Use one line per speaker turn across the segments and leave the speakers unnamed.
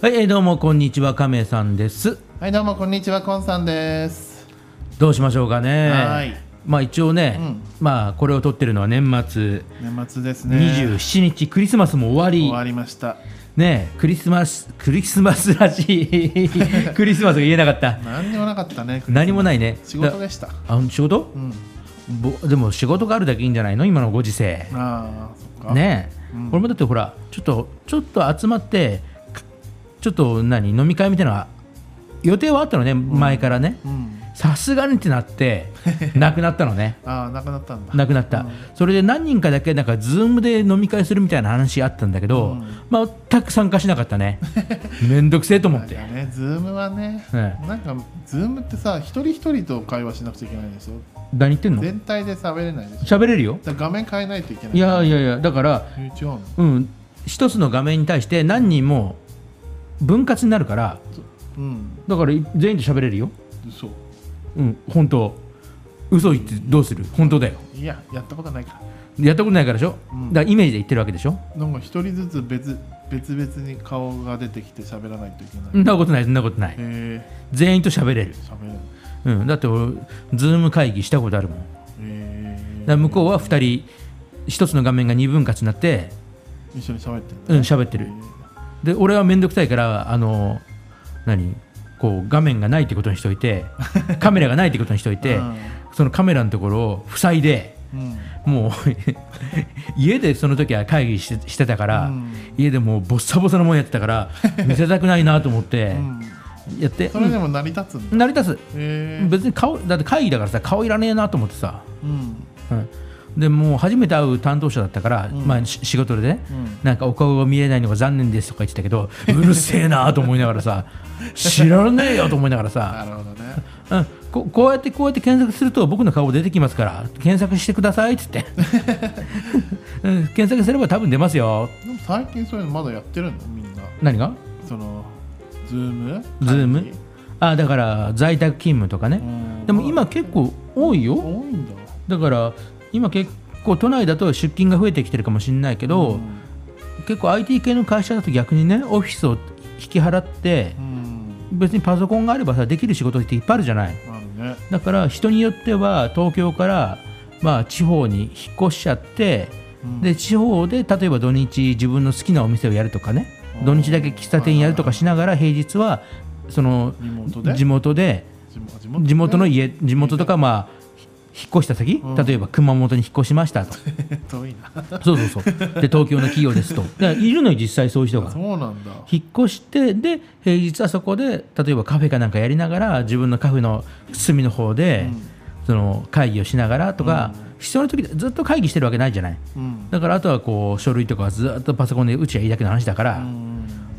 はい、えーどうもこんにちは亀井さんです。
はい、どうもこんにちは、こんさんです。
どうしましょうかね。
はい
まあ一応ね、
ん
まあこれを撮ってるのは年末
年末ですね。
27日、クリスマスも終わ
終
り、
わりました。
ねえクリスマスクリスマスらし いクリスマスが言えなかった。
何にもなかったね。
何もないね。
仕事
だ
でした。
あ仕事？
うん。
ぼでも仕事があるだけいいんじゃないの今のご時世。
ああ、そっか。。
ねえ、
うん
これもだってほらちょっとちょっと集まってくちょっと何飲み会みたいなのが予定はあったのね前からね。
うん。
さすがにってなって なくなったのね
ああ、なくなったんだ。
なくなった、それで何人かだけなんかズームで飲み会するみたいな話あったんだけど、全く参加しなかった ねめんどくせえと思って
なんかね、ズームはね、
え
なんか、ズームってさ、一人一人と会話しなくちゃいけないんですよ。
何言ってんの
全体で喋れないでしょ。
喋れるよ
だから画面変えないといけない。
いやいやいやだから、
YouTube オン。
うん、一つの画面に対して何人も分割になるから
うん。
だから全員で喋れるよ
そう。
うん本当嘘言ってどうする本当だよ
いや、やったことないから。
やったことないからでしょ、
うん
だからイメージで言ってるわけでしょ
なんか一人ずつ別別々に顔が出てきて喋らないといけない。
そんなことないそんなことない
へえ、
全員と喋れる
喋れない。
うん、だって俺、ズーム会議したことあるもん。だか
えー
ら向こうは2人、1つの画面が2分割になって、
一緒に喋ってるんだ
うん、喋ってる。で、俺はめんどくさいから、あの、何こう、画面がないってことにしとい て、カメラがないってことにしといて、
うん
そのカメラのところを塞いで、
うん
もう 家でその時は会議してしてたから、
うん
家でもうボッサボサのもんやってた から、見せたくないなと思って、やって、
それでも成り立つん
う
だ
ん成り立つ。
えー
別に顔、だって会議だからさ、顔いらねえなと思ってさ。
うん
うん、でもう初めて会う担当者だったから、まあ、し仕事でね、
うん
なんかお顔が見えないのが残念ですとか言ってたけど うるせえなと思いながらさ知らねえよと思いながら
な
さ、
るほど ね
うん、ここうやってこうやって検索すると僕の顔出てきますから検索してくださいって言って、 うん、検索すれば多分出ますよ
でも最近そういうのまだやってるのみんな
何が
そのズーム
ズームあだから在宅勤務とかね、
うん
でも今結構多いよ、
多いんだ
だから今結構都内だと出勤が増えてきてるかもしれないけど、結構 IT 系の会社だと逆にねオフィスを引き払って
うん
別にパソコンがあればさできる仕事っていっぱいあるじゃない
あるね
だから人によっては東京からまあ地方に引っ越しちゃって、
うん
で地方で例えば土日自分の好きなお店をやるとかね
うん
土日だけ喫茶店やるとかしながら平日はその
リモートで
地元で
地元地元
地元の家地元とかまあひ引っ越した先、
うん
例えば熊本に引っ越しましたと
遠いな
そうそうそうで東京の企業ですとだからいるのよ実際そういう人が
そうなんだ
引っ越してで平日はそこで例えばカフェかなんかやりながら自分のカフェの隅の方で、その会議をしながらとか、必要な時でずっと会議してるわけないじゃない
うん
だからあとはこう書類とかはずっとパソコンで打ちゃいいだけの話だから、
うん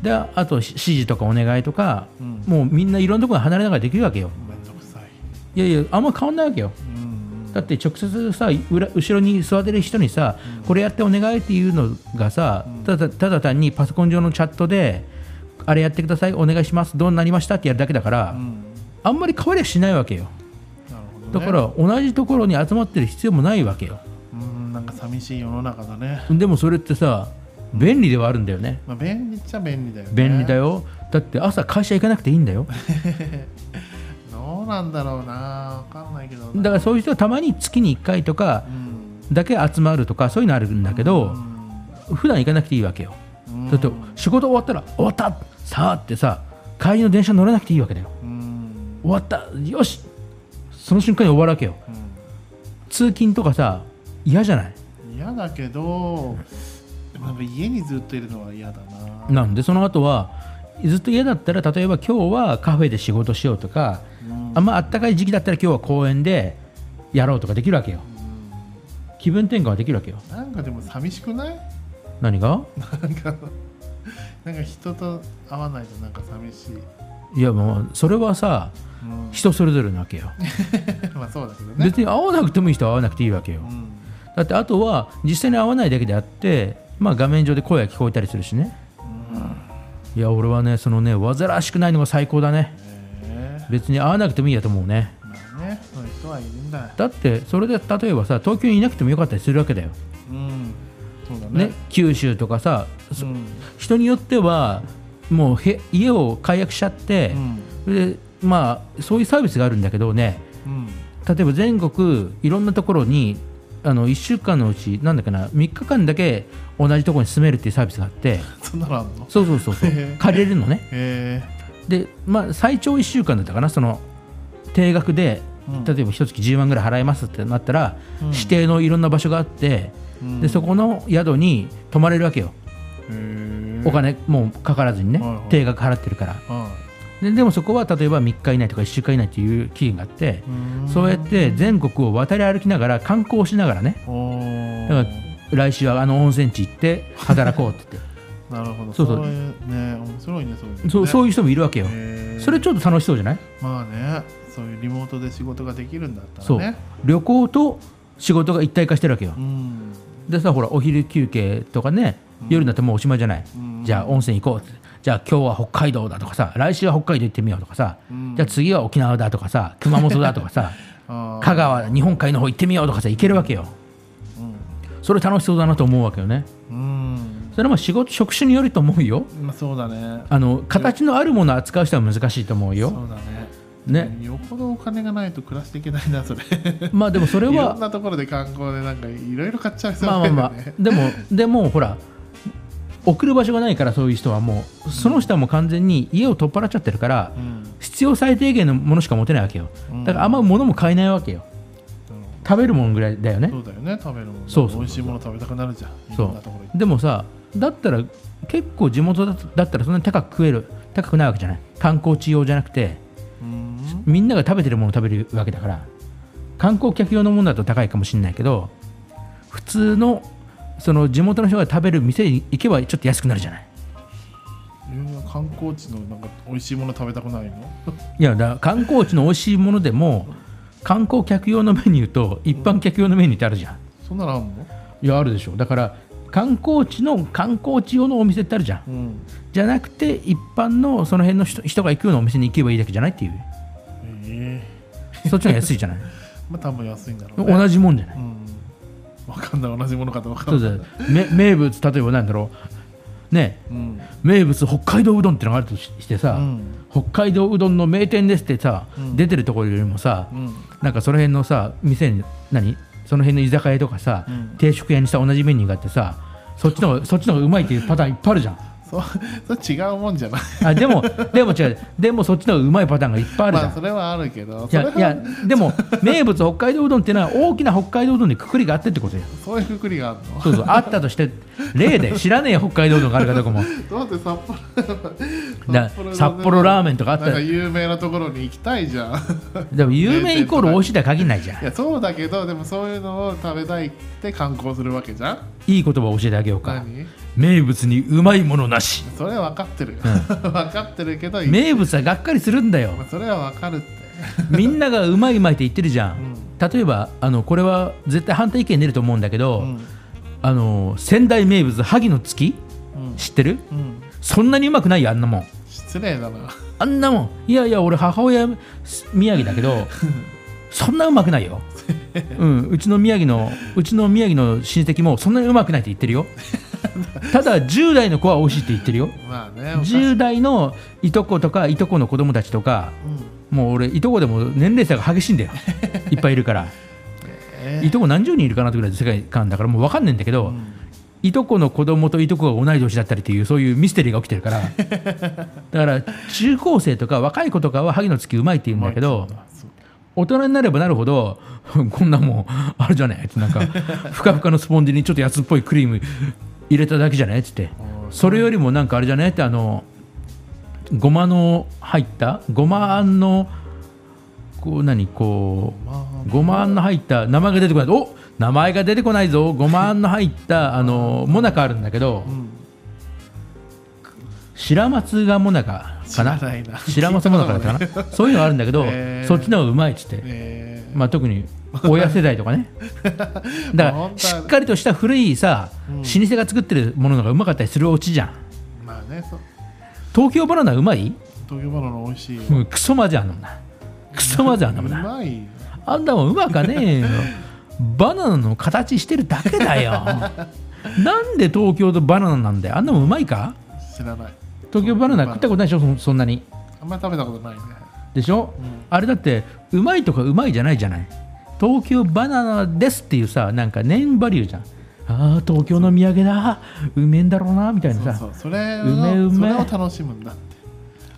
であとし指示とかお願いとか、
うん
もうみんないろんなところ離れながらできるわけよ
めんどくさ
い
い
やいやあんま変わんないわけよ
うん
だって直接さ裏後ろに座ってる人にさ、これやってお願いっていうのがさ、ただただ単にパソコン上のチャットであれやってくださいお願いしますどうなりましたってやるだけだから、
うん
あんまり変わりはしないわけよ
なるほど
だ
ね
から同じところに集まってる必要もないわけよ
うんなんか寂しい世の中だね、
でもそれってさ便利ではあるんだよね
まあ、便利っちゃ便利だよね
便利だよだって朝会社行かなくていいんだよ
どうなんだろうな分かんないけど
だからそういう人はたまに月に1回とか
うん
だけ集まるとかそういうのあるんだけど普段行かなくていいわけよ
うん
だって仕事終わったら終わったさあってさ帰りの電車乗らなくていいわけだよ
うん
終わったよしその瞬間に終わるわけよ通勤とかさ嫌じゃない
うん嫌だけどでもなんか家にずっといるのは嫌だな
なんでその後はずっと嫌だったら例えば今日はカフェで仕事しようとか
うん
あんまあったかい時期だったら今日は公園でやろうとかできるわけよ気分転換はできるわけよ
なんかでも寂しくない
何が
なんかなんか人と会わないとなんか寂しい、
いやもうそれはさ
うん
人それぞれなわけよ
まあそうだけどね
別に会わなくてもいい人は会わなくていいわけよ
うん
だってあとは実際に会わないだけであって、まあ、画面上で声が聞こえたりするしねいや俺はねそのね煩わしくないのが最高だね
え
別に会わなくてもいいやと思うね
えまあねそういう人はいるんだ
だってそれで例えばさ東京にいなくてもよかったりするわけだよ、
うんそうだ
ね
ね
九州とかさ
うん
人によってはもうへ家を解約しちゃって、
うん
それでまあそういうサービスがあるんだけどね
うん
例えば全国いろんなところにあの1週間のうちなんだっけな3日間だけ同じところに住めるっていうサービスがあって
そんなのあんの
そうそうそうそう借りれるのね
へ
でまあ最長1週間だったかなその定額で
うん
例えば一月10万ぐらい払いますってなったら、
うん
指定のいろんな場所があって、
うん
でそこの宿に泊まれるわけよ、
え
お金もうかからずにね、
はいはい
定額払ってるから
は
ででもそこは例えば3日以内とか1週間以内という期限があって
い、ん
そうやって全国を渡り歩きながら観光しながらね
おー
だから来週はあの温泉地行って働こうって言 っ
なるほど
そうそう
いうね面白いねそういうの
て
ね
そうそういう人もいるわけよ
へー
それちょっと楽しそうじゃない
まあねそういうリモートで仕事ができるんだった
そ
ら
う
ね
旅行と仕事が一体化してるわけよ
うん
でさほらお昼休憩とかね夜になってもうおしまいじゃない、
うん
じゃあ温泉行こうってじゃあ今日は北海道だとかさ来週は北海道行ってみようとかさ、
うん
じゃあ次は沖縄だとかさ熊本だとか さ
あー
香川日本海の方行ってみようとかさ行けるわけよそれ楽しそうだなと思うわけよね
うん、うん
それも仕事職種によると思うよ
まあ、そうだね
あの形のあるものを扱う人は難しいと思うよ
そうだね
ね
よほどお金がないと暮らしていけないなそれ
まあでもそれ
いろん
は
なところで観光でなんかいろいろ買っちゃいそう
まあま
だ
あ
よ
まあ
ね
でもでもほら送る場所がないからそういう人はもうその人はもう完全に家を取っ払っちゃってるから、
うん
必要最低限のものしか持てないわけよ
うん
だからあんま物も買えないわけよ食べるもんぐらいだよね
そうだよね食べるもの
そうそうそう
美味しいもの食べたくなるじゃんい
そ
ろんなところ行っ
うでもさだったら結構地元だとだったらそんなに高く食える高くないわけじゃない観光地用じゃなくて
てうん
みんなが食べてるものを食べるわけだから観光客用のものだと高いかもしれないけど普通のその地元の人が食べる店に行けばちょっと安くなるじゃない
いろんな観光地のなんか美味しいもの食べたくないの
いやだから観光地の美味しいものでも観光客用のメニューと一般客用のメニューってあるじゃん
そんなのあんの
いやあるでしょだから観光地の観光地用のお店ってあるじゃん
うん
じゃなくて一般のその辺の人人が行くようなお店に行けばいいだけじゃないっていう
え
そっちの方が安い じゃない
えまあ多分安いんだろうね
同じもんじゃない
うんわかんない同じものかとわか
そうん
な
そ
いう
め名物例えばなんだろうね
うん
名物北海道うどんってのがあるとししてさ、
うん
北海道うどんの名店ですってさ、
うん
出てるところよりもさ、
うん
なんかその辺のさ店に何その辺の居酒屋とかさ、
うん
定食屋にさ同じメニューがあってさそっちのそっちの方がうまいっていうパターンいっぱいあるじゃん
そう それ違うもんじゃない
あでも でも違うでもそっちの方がうまいパターンがいっぱいあるじゃ
ま
ん
あ、それはあるけど
いやいやでも名物北海道うどんっていうのは大きな北海道うどんでくくりがあってってこと や
そういうくくりがあるの
そうそうあったとして例で知らねえ北海道うどんがあるかど うかも
だって札幌
だ札幌ラーメンとかあった
なん
ら
か有名なところに行きたいじゃん
でも有名イコール美味しいとは限らないじゃ
い
ん
やそうだけどでもそういうのを食べたいって観光するわけじゃん
いい言葉を教えてあげようか
何
名物にうまいものなし
それは分かってるよ、 分かってるけど
名物はがっかりするんだよ
まあそれは分かるって
みんながうまいうまいって言ってるじゃん、例えばあのこれは絶対反対意見出ると思うんだけど、
うん
あの仙台名物萩の月
うん、
知ってる
うん、
そんなにうまくないよあんなもん
失礼だな
あんなもんいやいや俺母親す宮城だけどそんなうまくないよ、うん、うちの宮城のうちの宮城の親戚もそんなにうまくないって言ってるよただ10代の子は美味しいって言ってるよ
まあねおかしい
10代のいとことかいとこの子供たちとか
うん
もう俺いとこでも年齢差が激し いんだよいっぱいいるから
え
いとこ何十人いるかなってぐらいの世界観だからもう分かんないんだけど、
ん
いとこの子供といとこが同い年だったりっていうそういうミステリーが起きてるから だから中高生とか若い子とかは萩の月うまいって言うんだけど
そう
大人になればなるほどこんなもんあるじゃないってなんかふかふかのスポンジにちょっと安っぽいクリーム入れただけじゃないっつって
おー
それよりもなんかあれじゃないってあのごまの入ったごまあんのこう何こう
まあ
ごまあんの入った名前が出てこないお名前が出てこないぞごまあんの入ったあのもなかあるんだけど
うん
白松がもなか
知
からな
ないな
白松もなかだったかなそういうのがあるんだけど
へー
そっちの方がうまいっつって
えー
まあ特に親世代とか ねだ
まあ
から
本当
し
は
っかりとした古いさ
うん
老舗が作ってるもののがうまかったりするオチじゃん
まあねそう
東京バナナうまい
東京バナナ美味しいよ
もうクソまずいあんなもんなクソまずいあんな
う
もん な
まいよ
あんなもんうまかねえよバナナの形してるだけ だよなんで東京とバナナなんだよあんなもんうまいか
知らない
東京ばな奈食ったことないでしょそそんなに
あんまり食べたことないね、
でしょ
うん、
あれだってうまいとかうまいじゃないじゃない東京バナナですっていうさなんかネームバリューじゃんあー東京の土産だうめえんだろうなみたいな
そう
さ
そうそれを
うめうめ
それを楽しむんだって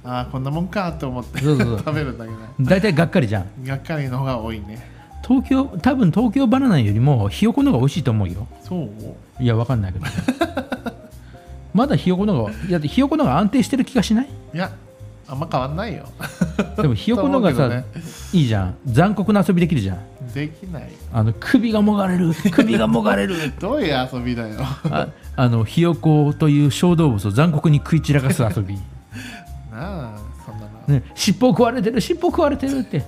ああこんなもんかと思って
そうそうそう
食べるんだけど
大体がっかりじゃん
がっかりの方が多いね
東京多分東京バナナよりもひよこの方が美味しいと思うよ
そう
いやわかんない けどまだひよこの方がだってひよこの方が安定してる気がしない
いやあんま変わんないよ
でもひよこの方が
と
さ、
思う
いいじゃん残酷な遊びできるじゃん
できない
あの首がもがれる首がもがれる
どういう遊びだよ
ああのひよこという小動物を残酷に食い散らかす遊 び、
なあそんなの、
ね、尻尾食われてる尻尾食われてるって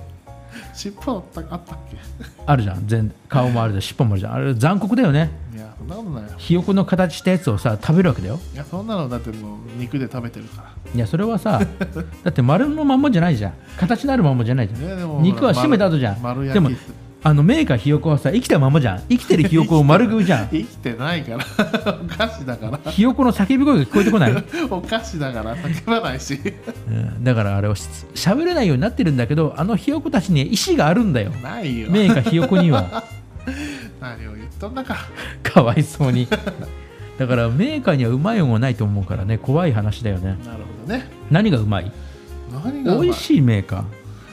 尻尾あったあったっけ
あるじゃん全顔もあるじゃん尻尾もあるじゃんあれ残酷だよね
いやそんなことないよ
ひよこの形したやつをさ食べるわけだよ
いやそんなのだってもう肉で食べてるか
いやそれは さだって丸のまんまじゃないじゃん形のあるまんまじゃないじゃん、
ら、ね、でも
肉は締めた後じゃん
丸丸
で
焼
も
きって
あのメーカーひよこはさ生きたままじゃん生きてるひよこを丸食うじ ゃん
生きてないからお菓子だから
ひよこの叫び声が聞こえてこない、
お菓子だから叫ばないし
うんだからあれはし喋れないようになってるんだけどあのひよこたちには意志があるんだよ
ないよ
メーカーひよこには
何を言っとんだか
かわいそうにだからメーカーにはうまいもんはないと思うからね怖い話だよね
なるほどね
何がうまい
何がうま
美味しいメーカ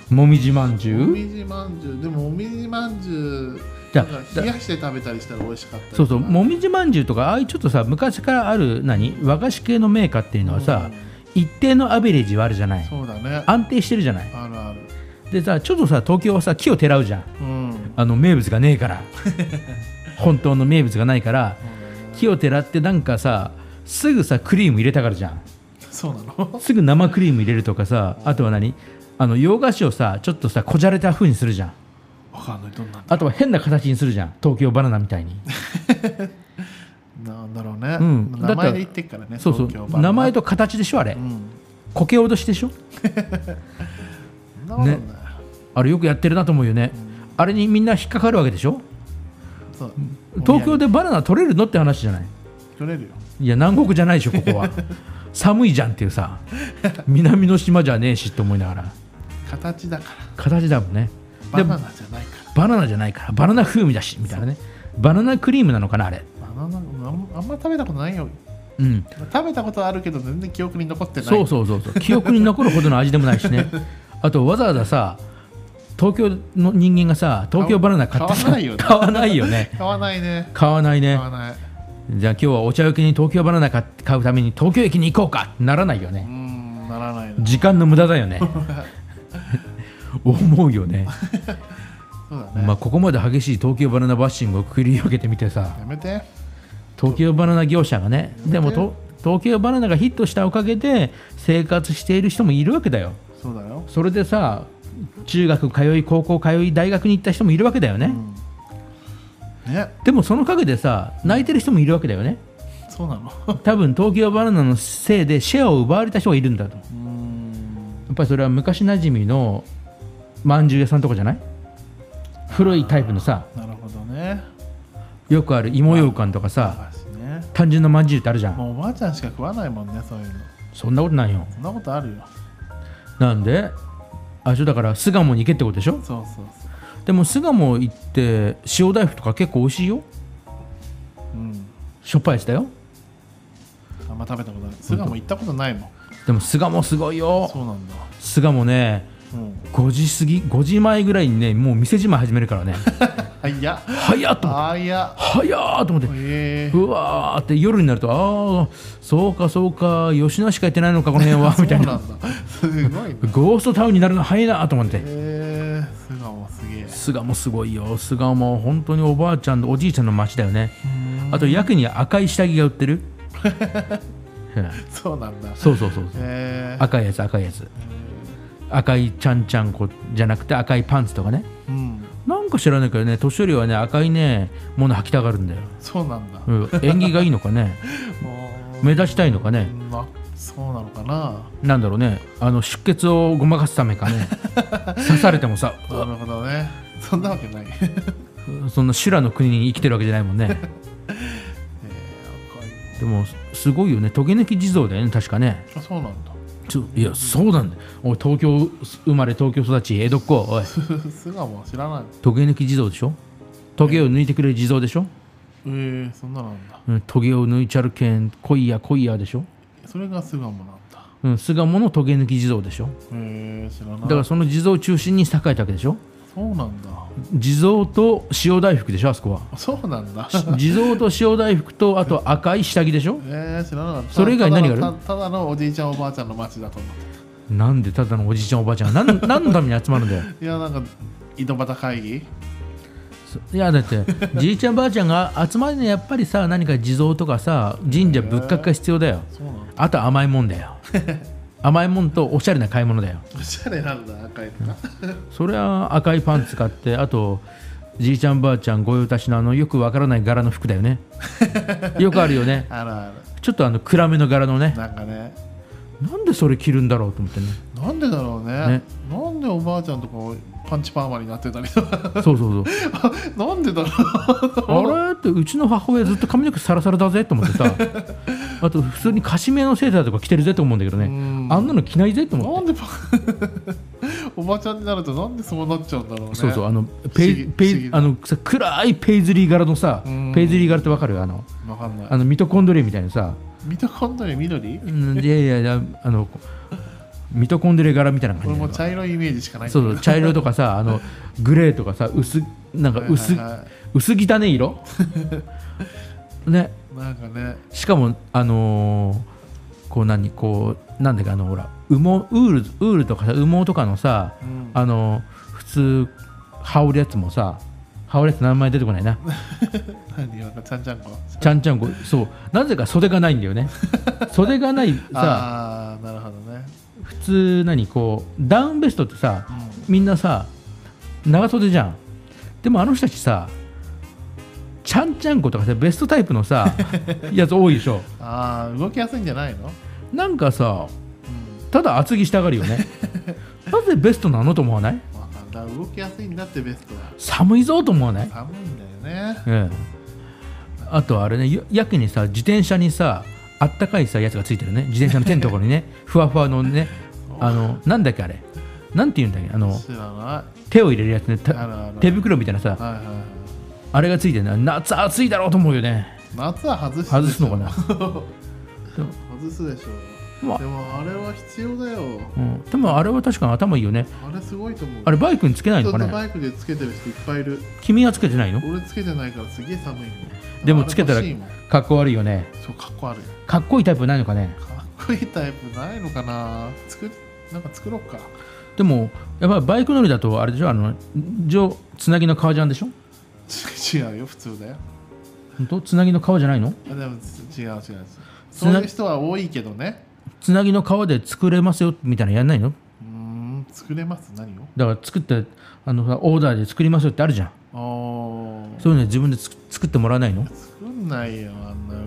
ーもみじまんじゅ
お
う
みじまんじゅうでもおみじまんじゅう
じゃ
な
あ
んか冷やして食べたりしたら美味しかったり
そうそう
とか
もみじまんじゅうとかああいうちょっとさ昔からある何和菓子系のメーカーっていうのはさ、一定のアベレージはあるじゃない
そうだねあ
安定してるじゃない
るある
でさちょっとさ東京はさ木をてらうじゃん
うん
あの名物がねえから本当の名物がないから木をてらってなんかさすぐさクリーム入れたがるじゃん
そうなの
すぐ生クリーム入れるとかさあとは何あの洋菓子をさちょっとさこじゃれた風にするじゃん
わかんないどんなんだ
あとは変な形にするじゃん東京バナナみたいに
なんだろうね、
うんだって
名前で言ってっからね
そうそ
東京
う
版
名前と形でしょあれ
うん
こけおどしでしょ
そんなことない、
ねあれよくやってるなと思うよねあれにみんな引っかかるわけでしょ
そう
東京
で
でバナナ取れるのって話じゃない
取れるよ
いや南国じゃないでしょこ こは寒いじゃんっていうさ南の島じゃねえしと思いながら
形だから
形だもんね
バ
で
ナナじゃないから
バナナじゃないからバナナ風味だしみたいなねバナナクリームなのかなあれ
バナナあんあんま食べたことないよ
うん
食べたことはあるけど全然記憶に残ってない
そうそうそうそう記憶に残るほどの味でもないし ねあとわざわざさ東京の人間がさ東京バナナ買ってさ
買わないよね
買わないよね
買わな
買わない
いね買
ね
わない
じゃあ今日はお茶受けに東京バナナ買って買うために東京駅に行こうかってならないよ
う
ね
んならないな
時間の無駄だよ ね思うよね
そうだね、
まあここまで激しい東京バナナバッシングを繰り広げてみてさ
やめて
東京バナナ業者がねでもと東京バナナがヒットしたおかげで生活している人もいるわけだよ
そうだよ、
それでさ中学通い高校通い大学に行った人もいるわけだよね、
うん、ね
でもその陰でさ泣いてる人もいるわけだよね
そうなの
多分東京バナナのせいでシェアを奪われた人がいるんだとや
うーん
っぱりそれは昔なじみのまんじゅう屋さんとかじゃない古いタイプのさ
なるほどね
よくある芋ようかんとかさ
昔ね
単純なまんじゅうってあるじゃん
もうおばあちゃんしか食わないもんねそういうの
そんなことないよ
そんなことあるよ
なんであれでしょだから巣鴨に行けってことでしょ
そうそうそ
でも巣鴨行って塩大福とか結構美味しいよ
ううん
しょっぱいやつだよ
あんま食べたことないそれがもう行ったことないもん
でも巣鴨すごいよ
そうなんだ
巣鴨ね
うん
5時過ぎ5時前ぐらいにねもう店じまい始めるから ね
早っ
早っと思って
早っ
早っと思って
ええ
うわーって夜になるとああそうかそうか吉野しか行ってないのかこの辺はみたいな
そうなんだすごいね
ゴーストタウンになるの早いなと思って
ええ素顔もすげえ
巣鴨すごいよ巣鴨本当におばあちゃんとおじいちゃんの町だよねあとやけに赤い下着が売っ てるうん
そうなんだ
そうそうそうそう
ええ
赤いやつ赤いやつ赤いちゃんちゃんこじゃなくて赤いパンツとかね
うん
なんか知らないけどね年寄りはね赤いねもの履きたがるんだよ、
そうなんだ
うん、縁起がいいのかね
もう
目立ちたいのかね
まそうなのかな
なんだろうねあの出血をごまかすためかね刺されてもさう
なるほどねそんなわけない
わそんな修羅の国に生きてるわけじゃないもんね
えー
でもすごいよねトゲ抜き地蔵だよね確かね
あそうなんだ
ちょいやそうなんだよおい東京生まれ東京育ち江戸っ子おい
巣鴨は知らない
トゲ抜き地蔵でしょトゲを抜いてくれる地蔵でしょ、
ええそんなのなんだ
うん、トゲを抜いちゃるけん恋や恋やでしょ、
それが巣鴨なんだ
うん、巣鴨のトゲ抜き地蔵でしょ
ええ知らない
だからその地蔵を中心に栄えたわけでしょ
そうなんだ
地蔵と塩大福でしょあそこは
あそうなんだ
地蔵と塩大福とあと赤い下着でしょ
ええ知らなかった
それ以外何がある
ただのたただのおじいちゃんおばあちゃんの町だと思っ
なんでただのおじいちゃんおばあちゃんがなん何のために集まるんだよ
たいやなんか井戸端会議
そいやだってじいちゃんばあちゃんが集まるにはやっぱりさ何か地蔵とかさ神社仏閣が必要だよ
そうなんだ
あと甘いもんだよ甘いもんとおしゃれな買い物だよ
おしゃれなんだ赤いのが
それは赤いパンツ買ってあとじいちゃんばあちゃんご用達のあのよくわからない柄の服だよ ねよくあるよね
あるある
ちょっとあの暗めの柄のね
なんかね
なんでそれ着るんだろうと思ってね
なんでだろうね
ね
なんでおばあちゃんとかパンチパーマになってたりとか
そうそうそう
なんでだろ
あれってうちの母親ずっと髪の毛サラサラだぜと思ってさあと普通にカシメのセーターとか着てるぜと思うんだけどね
ん
あんなの着ないぜと
う
思って
なんでパン おばあちゃんになるとなんでそうなっちゃうんだろうね
そうそうあのペ
議
イペ
不思
イ
議
あのさ暗いペイズリー柄のさ
うん
ペイズリー柄ってわかるあの
わかんない
あのミトコンドリアみたいなさ
ミトコンドリア緑
うんいやいやいやあのミトコンドリア柄みたいな感
俺
じ
も茶色いイメージしかない
そうそう茶色とか さあのグレーとかさ薄なんか薄
はいはいは
薄汚い 色ね
いなんかね
しかもあのーこう何こうなんだっけあのほら羽毛ウールウールとかさ羽毛とかのさ、
うん
あのー普通羽織るやつもさ羽織るやつ名前出てこないな
何なんかちゃんちゃんこ
ちゃんちゃんこそうなぜか袖がないんだよ ね袖がないさ
ああなるほどね
普通何こうダウンベストってさみんなさ長袖じゃんでもあの人たちさちゃんちゃんことかさベストタイプのさやつ多いでしょ
ああ動きやすいんじゃないの
なんかさただ厚着したがるよねなぜベストなのと思わない
わかんない動きやすいんだってベストは
寒いぞと思わない、
寒いんだよね
うん、あとあれねややけにさ自転車にさあったかいさやつがついてるね自転車の手のところにねふわふわのねあのなんだっけあれなんて言うんだっけあの
知らな
手を入れるやつねた
あるある
手袋みたいなさ
いはいはいはい
あれがついてるな夏暑いだろうと思うよね
夏は外す
外すのかな
外すでしょ
うわ
でもあれは必要だよ
うん、でもあれは確かに頭いいよね
あれすごいと思う
あれバイクにつけない
ちょ
のか
っと
ね
バイクでつけてる人いっぱいいる
君はつけてないの
俺つけてないからすげえ寒いもん
でもつけたら
あれ欲しいもん
かっこ悪いよね
そうかっこ悪い
かっこいいタイプないのかね
かっこいいタイプないのかな作りなんか作ろっか
でもやっぱりバイク乗りだとあれでしょあの上つなぎの革ジャンでしょ
ち違うよ普通だよ
本当つなぎの革じゃないの
あでもつ違う違う違うそういう人は多いけどね
つなぎの革で作れますよみたいなのやんないの
うーん作れます何を
だから作ってあのさオーダーで作りますよってあるじゃん
ああ
そういうの自分でつく作ってもらわないの
作んないよあんな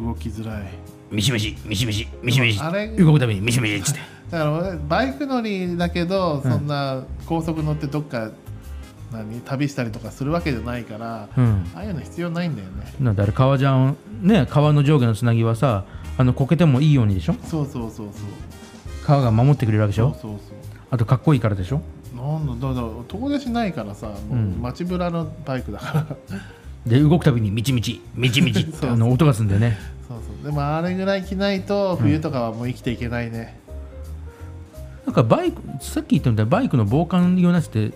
動動きづらい
ミシミシミシミシミシミシ
あれ
動くためにミシミシっつって
だから俺バイク乗りだけどそんな高速乗ってどっか何旅したりとかするわけじゃないから、
うん
ああいうの必要ないんだよね
なんであれ革ジャンね革の上下のつなぎはさあのこけてもいいようにでしょ
そうそうそうそう
革が守ってくれるわけでし
そう
ょ
そう
あとかっこいいからでしょ
そうなんだだから遠出しないからさもう街ぶらのバイクだから
で動くたびにミチミチミチミチっ
そうそ
て
う
あの音がするんでね
そうそうでもあれぐらい着ないと冬とかはもう生きていけないね、
なんかバイクさっき言ったみたいにバイクの防寒用なやつって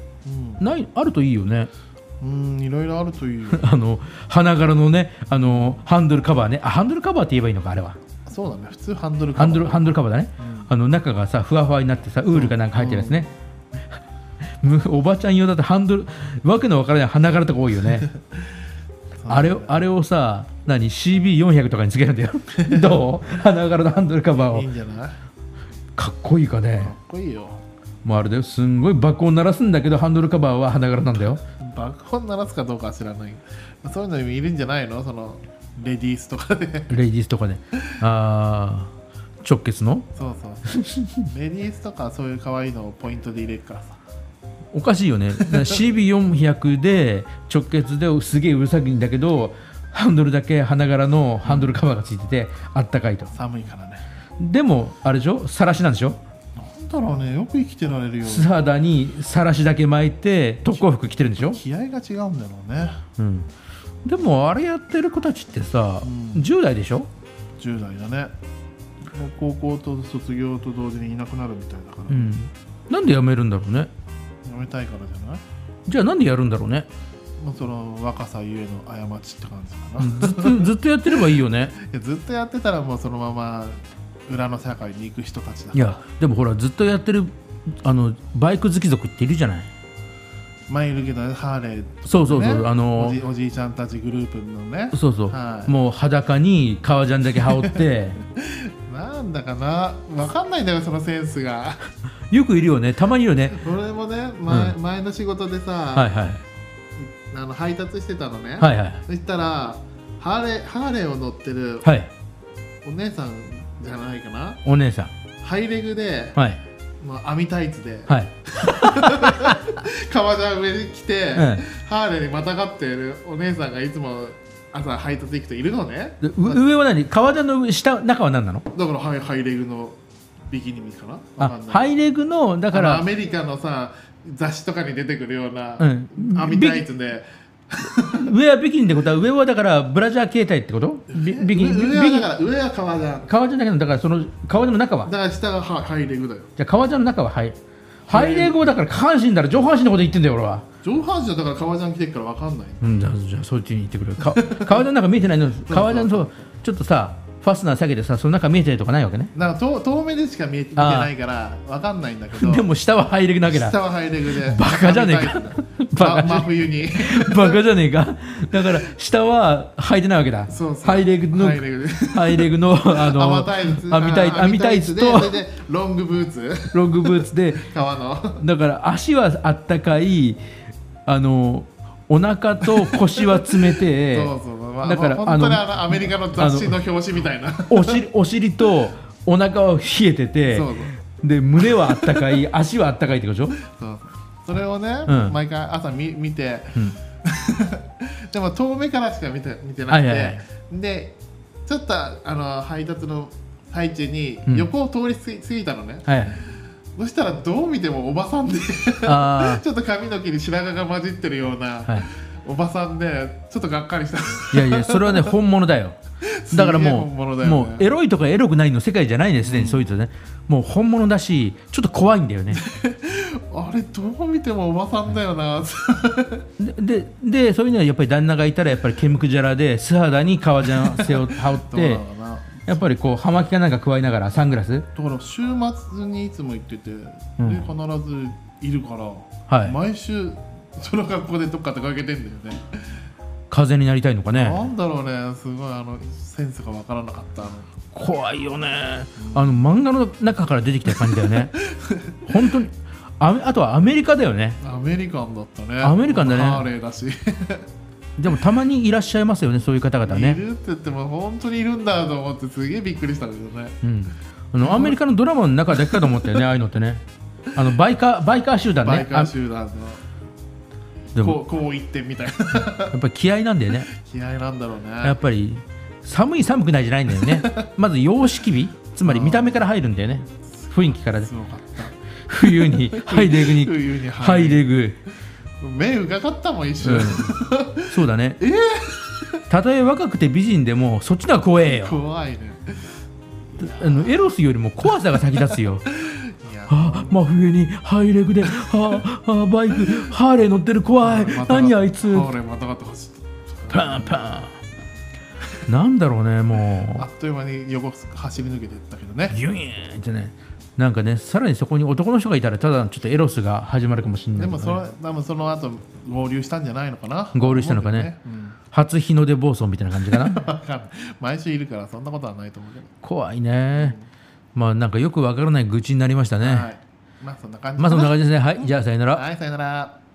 うん
ないあるといいよね
うんいろいろあると いいよ
あの花柄のねあのハンドルカバーねあハンドルカバーって言えばいいのかあれは
そうだね普通ハンドル
ハンドル
ル
ハンドルカバーだね、あの中がさふわふわになってさウールがなんか入ってるやつね、 むおばちゃん用だとハンドルわけのわからない花柄とか多いよ ねあれをあれをさ何 CB400 とかにつけるん だよどう花柄のハンドルカバ
いい
ーを
んじゃないか
かっこいいかね
っこいいよ
もうあれだよすんごい爆音鳴らすんだけどハンドルカバーは花柄なんだよ
爆音鳴らすかどうかは知らないそういうのにいるんじゃないのそのレディースとかで
レイディースとかねあー直結の
そうそうレディースとかそういう可愛いのをポイントで入れるからさ
おかしいよねだから CB400 で直結ですげえうるさいんだけどハンドルだけ花柄のハンドルカバーがついててあったかいと
寒いからね
でもあれでしょさらしなんでしょ
なんだろうねよく生きてられるよ
素肌にさらしだけ巻いて特攻服着てるんでしょ、
気合が違うんだろうね
うん、でもあれやってる子たちってさ、
うん
10代でしょ
10代だねもう高校と卒業と同時にいなくなるみたいだから、
う
や
んなんでやめるんだろうね
めたいからじゃない
じゃあなんでやるんだろうね
もうその若さゆえの過ちって感じ
う
かな、
んずっと ずっとやってればいいよね
いやずっとやってたらもうそのまま裏の社会に行く人たちだ
いやでもほらずっとやってるあのバイク好き族っているじゃない
前いるけどねハーレーとかね
そうそうそうあの
おじおじいちゃんたちグループのね
そうそう、
はい
もう裸に革ジャンだけ羽織って
なんだかなわかんないんだよそのセンスが
よくいるよねたまにいるよね
俺もね前,、
う
前の仕事でさ、
はいはい
あの配達してたのね、
はいはい
そしたらハーレーハーレーを乗ってる
はい
お姉さんじゃないかな
お姉さん
ハイレグで、
はい
まあ、網タイツで、
はい、
革ジャン上に来て、
え
ハーレーにまたがってるお姉さんがいつも朝配達行くといるのね
えでう上は何革ジャンの上下中は何なの
だからハイハイレグのビキニみたいかなわか
あ
んない
ハイレグのだか
あのア
ら
メリカのさ雑誌とかに出てくるような
うん
網タイツで、
上はビキニってことは上はだからブラジャー形態ってことビビキニビ
上
ビ
上は
キ
だか
ニ
ら上は革ジャン
革ジャンだけどだからその革ジャンの中は
だから下がハハイレグだよ
じゃあ革ジャンの中ははいハイレグをだから下半身だら上半身のこと言ってんだよ俺は
上半身はだから革ジャン着てるからわかんない
うんじゃあじゃあそっちに行ってくれか革ジャンなんか見えてないの革ジャンそうちょっとさファスナー下げてさその中見えてるとかないわけね
だから遠遠目でしか見え見てないからわかんないんだけど
でも下はハイレグなわけだ
下はハイレグで
バカじゃねえか
網タイツだ
バカ
ま
じゃ
真冬に
バカじゃねえかだから下は履いてないわけだ
そうそう
ハイレグの
ハイレグで
ハイレグのあの
網タイツ
網タイツ網タイツ
でそれ
と
でロングブーツ
ロングブーツで
革の
だから足はあったかいあのお腹と腰は冷てえ
そうそう、まあ、
だから
本当にあ
あ
のアメリカの雑誌の表紙みたいなそう
お尻お尻とお腹は冷えてて
そう
で胸はあったかい足はあったかいってことでしょ、
そうそれをね、
うん
毎回朝見見て
うん
でも遠目からしか見て見てなくて、
はいはいはい
でちょっとあの配達の最中に
うん
横を通り過ぎ過ぎたのね、
はい、
そしたらどう見てもおばさんで ち
あ
ょっと髪の毛に白髪が混じってるような、
あ、はい、
おばさんでちょっとがっかりした
いやいやそれはね本物だよ
すげ
だ
え
からもう
本物だよね
もうエロいとかエロくないの世界じゃないですね、そういうとねもう本物だしちょっと怖いんだよね
あれどう見てもおばさんだ よな
でででそういうのはやっぱり旦那がいたらやっぱり毛むくじゃらで素肌に革ジャン背を 羽織っ
どうな
て
のかな
やっぱりこう葉巻かなんか加えながらサングラス
だから週末にいつも行ってて、
ん
で必ずいるから、
はい
毎週その格好でどっか出かけてんだよね、
風になりたいのか
な
ね
んだろうねすごいあのセンスがわからなかったあの
怖いよねあの漫画の中から出てきた感じだよ ね本当にああとはアメリカだよね
アメリカンだったね
アメリカンだね
ハーレーだし、
でもたまにいらっしゃいますよねそういう方々
い
ね、
るって言っても本当にいるんだと思ってすげえびっくりしたんだけどね
うん、あのアメリカのドラマの中だけかと思 ったよねああいうのってねあのバイカーバイカー集団ね
バイカー集団
あで
のこ
も
うこう言ってみたいな
やっぱり気合なんだよね
気合なんだろう
や
ね
っぱり寒い寒くないじゃないんだよ ねまず様式美つまり見た目から入るんだよね雰囲気からです
ごかった
冬 にハイレグに
冬に
ハ
入
イ
る
レグ
目伺ったもん一
う
瞬、
んそうだね、たとえ若くて美人でもそっちのは怖えよ
怖いね
あのエロスよりも怖さが先立つ よ
いや
あ真冬にハイレグでああバイクハーレー乗ってる怖い
またが
何あいつ
ハーレーまたがって走って
パンパンなんだろうね
あ
も
っという間に横走り抜けてったけど
う
ね
ギュイーンってねなんかねさらにそこに男の人がいたらただちょっとエロスが始まるかもしれな
で
いけど
も
ね
その多分その後合流したんじゃないのかな
合流したのかね
思うん
初日の出暴走みたいな感じか な
だよねうんわかんない毎週いるからそんなことはないと思うけど、
怖いねまあなんかよくわからない愚痴になりましたね、
はいまあそんな感じ
まあそんな
感
感じですねはいじゃあさよなら
はいさよなら